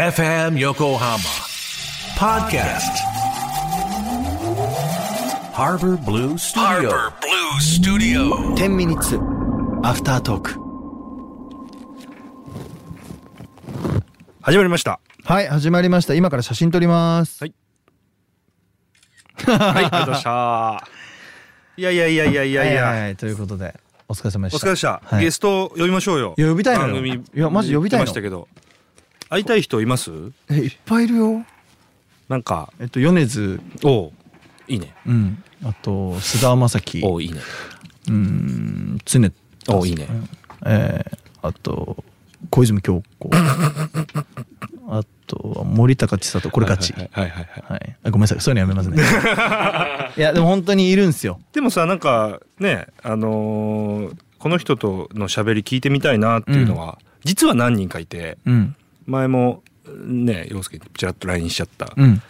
FM Yokohama Podcast Harbor Blue Studio Harbor Blue Studio. 10ミニッツアフタートーク始まりました。はい始まりました今から写真撮ります、はいはい、ありがとうございました。いやいやいやいやいはやいはや。はいということでお疲れ様でお疲したれでした。はいゲスト呼びましょうよ。いや呼びたいのよ番組いやマジ呼びたいの言ってましたけど。会いたい人います？えいっぱいいるよなんか、えっと米津おういいね。うんあと菅田将暉おういいね。うん常田さんおいいねえーあと小泉京子 あとは森高千里これガチはいはいはいはい。はいあごめんなさいそういうのやめま すねいやでも本当にいるんすよでもさなんかねあのーこの人との喋り聞いてみたいなっていうのは、実は何人かいてうん前もね陽介にちらっと LINE しちゃった、うん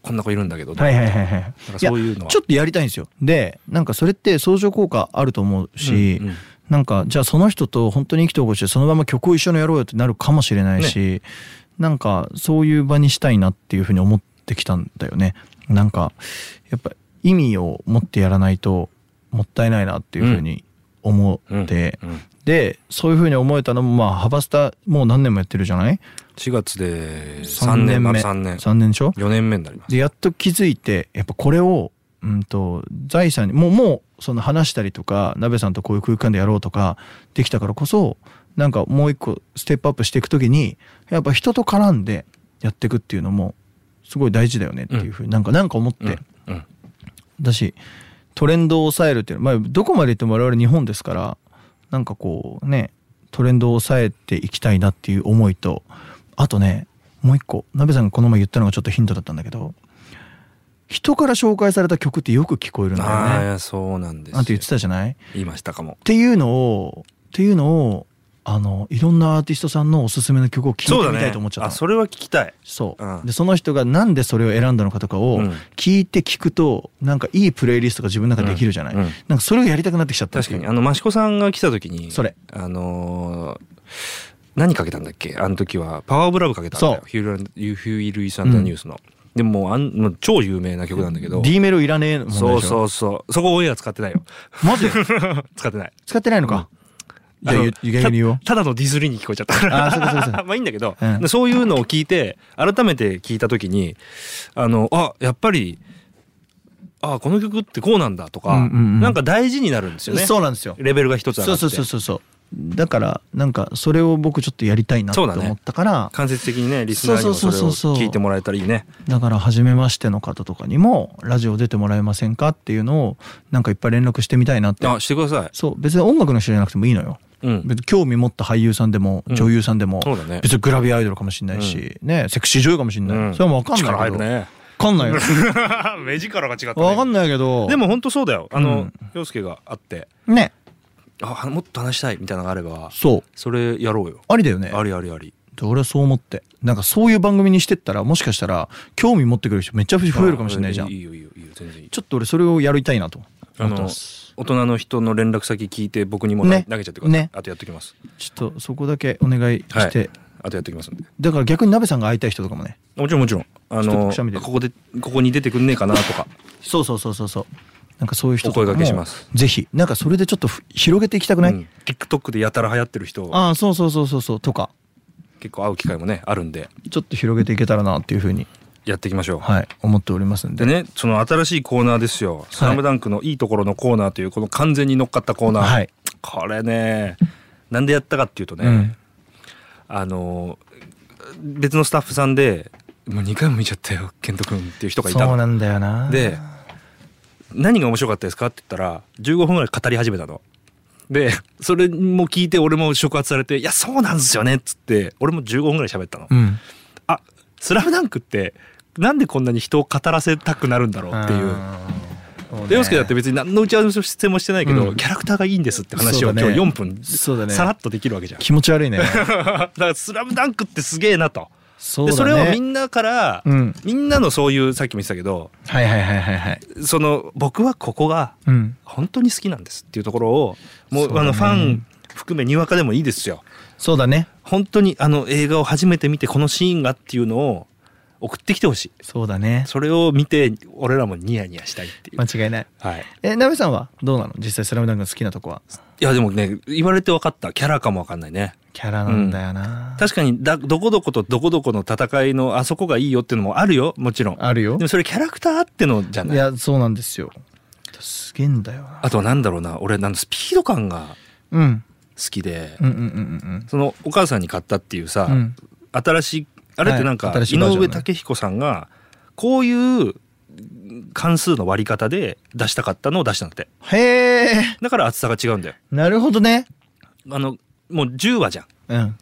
こんな子いるんだけど、はいはいはいはい。かそういうのはやちょっとやりたいんですよ。で、なんかそれって相乗効果あると思うし、うんうんなんかじゃあその人と本当に意気投合してそのまま曲を一緒にやろうよってなるかもしれないし、なんかそういう場にしたいなっていうふうに思ってきたんだよね。なんかやっぱ意味を持ってやらないともったいないなっていうふうに思って、うんうんでそういうふうに思えたのもまあハバスタもう何年もやってるじゃない4月で3年丸3年3年でしょ4年目になりますでやっと気づいてやっぱこれを、うん、と財産にもうもうその話したりとか鍋さんとこういう空間でやろうとかできたからこそなんかもう一個ステップアップしていく時にやっぱ人と絡んでやっていくっていうのもすごい大事だよねっていうふうに、なんかなんか思って、うんだしトレンドを抑えるっていうのは、まあ、どこまで言っても我々日本ですからなんかこうねトレンドを抑えていきたいなっていう思いとあとねもう一個鍋さんがこの前言ったのがちょっとヒントだったんだけど人から紹介された曲ってよく聞こえるんだああいよねやそうなんですよなんて言ってたじゃないっ言いましたかもていうのをっていうのをあのいろんなアーティストさんのおすすめの曲を聴いてみたいと思っちゃったのあそれは聞きたいそう、うんでその人がなんでそれを選んだのかとかをうん聞いて聞くと、なんかいいプレイリストが自分の中でできるじゃない、うんうんなんかそれをやりたくなってきちゃった確かにあの益子さんが来た時にそれあのー何かけたんだっけあの時は「パワーオブラブ」かけたんだよそうヒューランヒューイ・ルイス・アンダーニュースの、でももうあんもう超有名な曲なんだけど D メロいらねえもんでしそょうそうそうそこオンエア使ってないよ マジで使ってない使ってないのか、じゃあのゆゆ逆に言おうたただのディスりに聞こえちゃったからあそうかそうかそうかまあいいんだけど、うんそういうのを聞いて改めて聞いた時にあのあやっぱりあこの曲ってこうなんだとか、うんうんうんなんか大事になるんですよねそうなんですよレベルが一つ上がそうってそうそうそうそうだからなんかそれを僕ちょっとやりたいなってそうだね思ったから間接的にねリスナーにもそそうれそうそをうそう聞いてもらえたらいいねだから初めましての方とかにもラジオ出てもらえませんかっていうのをなんかいっぱい連絡してみたいなってあしてくださいそう別に音楽の人じゃなくてもいいのようん別に興味持った俳優さんでもん女優さんでも、そうだね別にグラビアアイドルかもしれないし、ねセクシー女優かもしれない、うんそれはもう分かん力ない入けるど、ね 分かんないよ目力が違った分かんないけどでも本当そうだよあの、うん陽介があってねあもっと話したいみたいなのがあればそうそれやろうよありだよねありありあり俺はそう思ってなんかそういう番組にしてったらもしかしたら興味持ってくれる人めっちゃ増えるかもしれないじゃんあいいよいいよいいよ全然いいちょっと俺それをやりたいなとあ思ってのます大人の人の連絡先聞いて僕にもなね投げちゃってください、ねあとやっときますちょっとそこだけお願いはして、いあとやっときますんでだから逆に鍋さんが会いたい人とかもねもちろんもちろんあちょっとのくしゃみ出るここでここに出てくんねえかなとかそうそうそうそうそうなんかそういう人とかもお声掛けしますぜひなんかそれでちょっとふ広げていきたくない、うん、TikTok でやたら流行ってる人ああそうそうそうそうそうとか結構会う機会もねあるんでちょっと広げていけたらなっていうふうに、やっていきましょう、はい、思っておりますんででねその新しいコーナーですよ「スラムダンクのいいところのコーナーというこの完全に乗っかったコーナー、はいこれねなんでやったかっていうとね、うんあの別のスタッフさんでもう2回も見ちゃったよ健人君っていう人がいたそうのなんだよなで何が面白かったですかって言ったら15分ぐらい語り始めたの。でそれも聞いて俺も触発されて「いやそうなんですよね」っつって俺も15分ぐらい喋ったの。うんあスラムダンクってなんでこんなに人を語らせたくなるんだろうっていう。うで洋介だって別に何の打ち合わせもしてないけど、うんキャラクターがいいんですって話をそうだ今ね日4分そうだねさらっとできるわ けじゃん。気持 ち悪いねだから「スラムダンクってすげえなと。そうだでねそれをみんなから、うんみんなのそういうさっきも言ってたけどはいはいはいはいはいその僕はここがうん本当に好きなんですっていうところをもうそうだねあのファン含めにわかでもいいですよそうだね本当にあの映画を初めて見てこのシーンがっていうのを送ってきてほしいそうだねそれを見て俺らもニヤニヤしたいっていう、間違いないはい、えなべさんはどうなの実際「スラムダンクの好きなとこはいやでもね言われて分かったキャラかも分かんないねキャラなんだよな、確かにだどこどことどこどこの戦いのあそこがいいよっていうのもあるよもちろんあるよでもそれキャラクターあってのじゃないいやそうなんですよすげえんだよなあとはなんだろうな俺なんだスピード感がうん好きで、うんうんうんそのお母さんに買ったっていうさ、うんうん新しいあれってなんか、はい新しい井バージョンね上武彦さんがこういう関数の割り方で出したかったのを出したんだってへえだから厚さが違うんだよなるほどねあのもう10話じゃんうん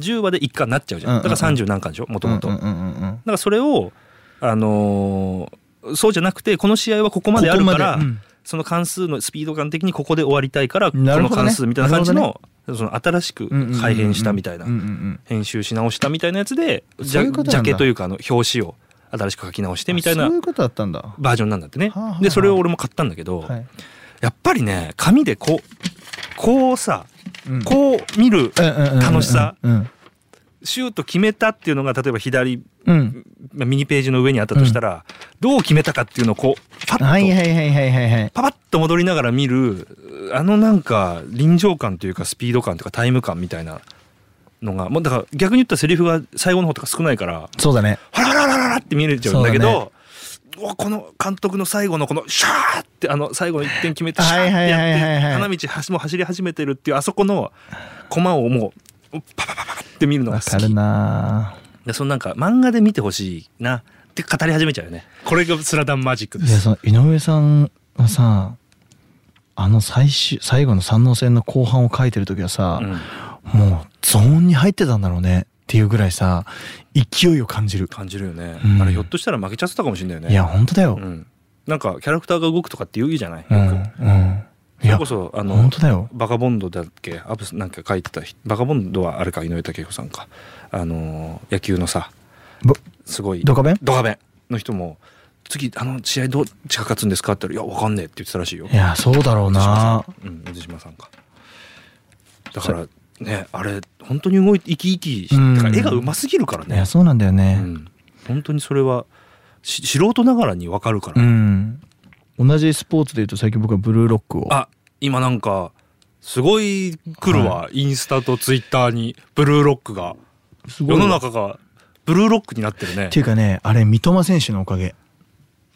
10話で1巻になっちゃうじゃんうんだうんうんから30何巻でしょもともとうんだうんうんうんからそれをあのーそうじゃなくてこの試合はここまであるからここまでうんその関数のスピード感的にここで終わりたいから、こなるのほどね関数みたいな感じなるの,、その新しくうんうんうんうん改変したみたいなうんうん編集し直したみたいなやつでジそういうャことなんだジャケというかあの表紙を新しく書き直してみたいあなそういうことだったんだはバージョンなんだってねはあはあはあでそれを俺も買ったんだけど、い、やっぱりね紙でこうこうさうんこう見るうんうんうんうん楽しさうんシュート決めたっていうのが例えば左うんまあミニページの上にあったとしたら、どう決めたかっていうのをこうパッと、はいはいはいはいはいはいパパッと戻りながら見るあのなんか臨場感というかスピード感というかタイム感みたいなのがもうだから逆に言ったらセリフが最後の方とか少ないからそうだねハラハラハラハラって見れちゃうんだけそうだど。うわこの監督の最後のこのシャーってあの最後の1点決めてシャーってはいはいはいはいやはっいて花道はしもう走り始めてるっていうあそこの駒をもうパパパパって見るのがわ好かきるなでそのなんか漫画で見てほしいなって語り始めちゃうよねこれがスラダンマジックでいやすその井上さんはさあの最終最後の三能戦の後半を書いてる時はさ、うんもうゾーンに入ってたんだろうねっていうぐらいさ勢いを感じる、感じるよね、うんあれひょっとしたら負けちゃってたかもしれないよねいや本当だよ、うん、なんかキャラクターが動くとかって言うじゃないよく、うんうんいそれやこそあの本当だよバカボンドだっけアブスなんか書いてた人バカボンドはあれか井上武子さんかあのー野球のさぼすごいドカベンドカベンの人も次あの試合どっちが勝つんですかって言ったら「いやわかんねえ」って言ってたらしいよいやそうだろうなうん、水島さんか。だからね、あれ本当に動いて生き生きし、うんだから絵がうますぎるからいやね。そうなんだようね、ん、本当にそれはし素人ながらにわかるかうら。ん、同じスポーツでいうと最近僕はブルーロックをあ、今なんかすごい来るわ、インスタとツイッターにブルーロックがす世のっ中がブルーロックになってるねて。いうかねあれ三笘選手のおかげ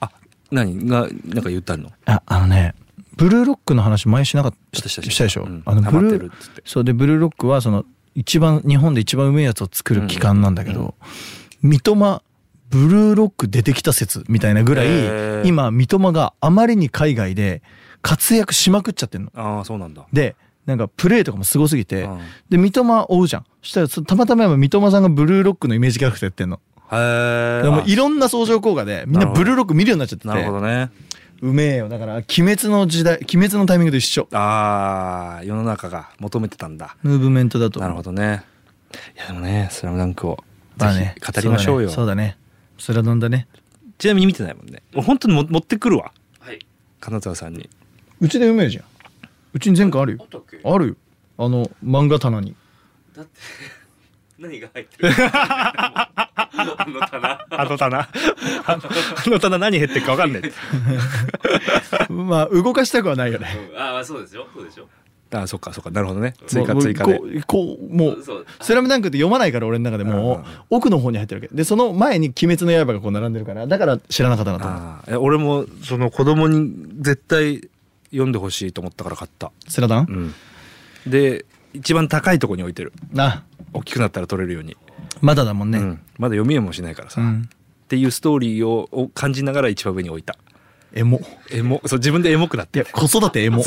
あ、何がなんか言ったの？ああのねブルーロックの話前しなかったしたしたでしょ、うんあのブ黙っルてーるっつって。そうでブルーロックはその一番日本で一番うめえやつを作る期間なんだけど、うんうん三笘ブルーロック出てきた説みたいなぐらい、へー今三笘があまりに海外で活躍しまくっちゃってんの。ああ、そうなんだ。でなんかプレーとかもすごすぎて、うんで三笘追うじゃんそしたらそたまたま今三笘さんがブルーロックのイメージキャラクターやってんのへえ。だからもういろんな相乗効果でみんなブルーロック見るようになっちゃってなるほてどね。うめえよだから「鬼滅の時代鬼滅のタイミングと一緒ああ世の中が求めてたんだムーブメントだとなるほどねいやでもね「スラムダンクをぜまあねひ語りましょうよそうだねそうだねスラドンだねちなみに見てないもんね俺本当にも持ってくるわ金沢さんにうちでうめえじゃんうちに前回あるよったっけあるよあの漫 画棚にだって 何が入ってる あの棚 あの棚 あの棚何減ってるか分かんないまあ動かしたくはないよねうんああそうですよそうでしょあそっかそっかなるほどね追加もう追加でこうこうもうそう「スラムダンクって読まないから俺の中でもう奥の方に入ってるわけでその前に「鬼滅の刃」がこう並んでるからだから知らなかったなと思うあーいや俺もその子供に絶対読んでほしいと思ったから買ったスラダうンんで一番高いとこに置いてるあ大きくなったら取れるように、まだだもんねううんんまだ読みえもしないからさ、うんっていうストーリーをを感じながら一番上に置いたエモエモそう自分でエモくなっいてや子育てエモ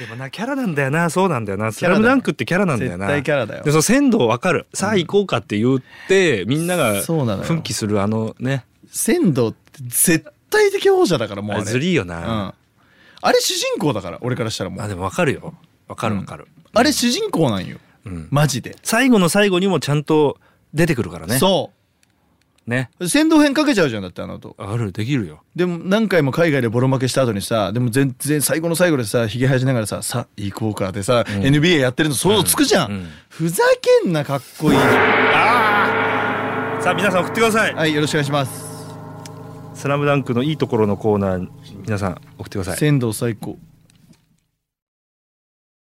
でもなキャラなんだよなそうなんだよな「スャララだムよダンクってキャラなんだよな絶対キャラだよでその鮮度わかるさあ行こうかって言って、みんながそうなのよ奮起するあのね仙道って絶対的王者だからもうああれれずりいような、んあれ主人公だから俺からしたらもあうでもわかるよわかるわかる、あれ主人公なんようんマジで最後の最後にもちゃんと出てくるからねそね先導編かけちゃうじゃんだってあの音あるできるよでも何回も海外でボロ負けした後にさでも全然最後の最後でさひげ生やしながらさ「さ行こうか」でさ、NBA やってるの想像つくじゃん、うんうんふざけんなかっこいいさあ皆さん送ってくださいはいよろしくお願いしますスラムダンクのいいところのコーナー皆さん送ってください先導最高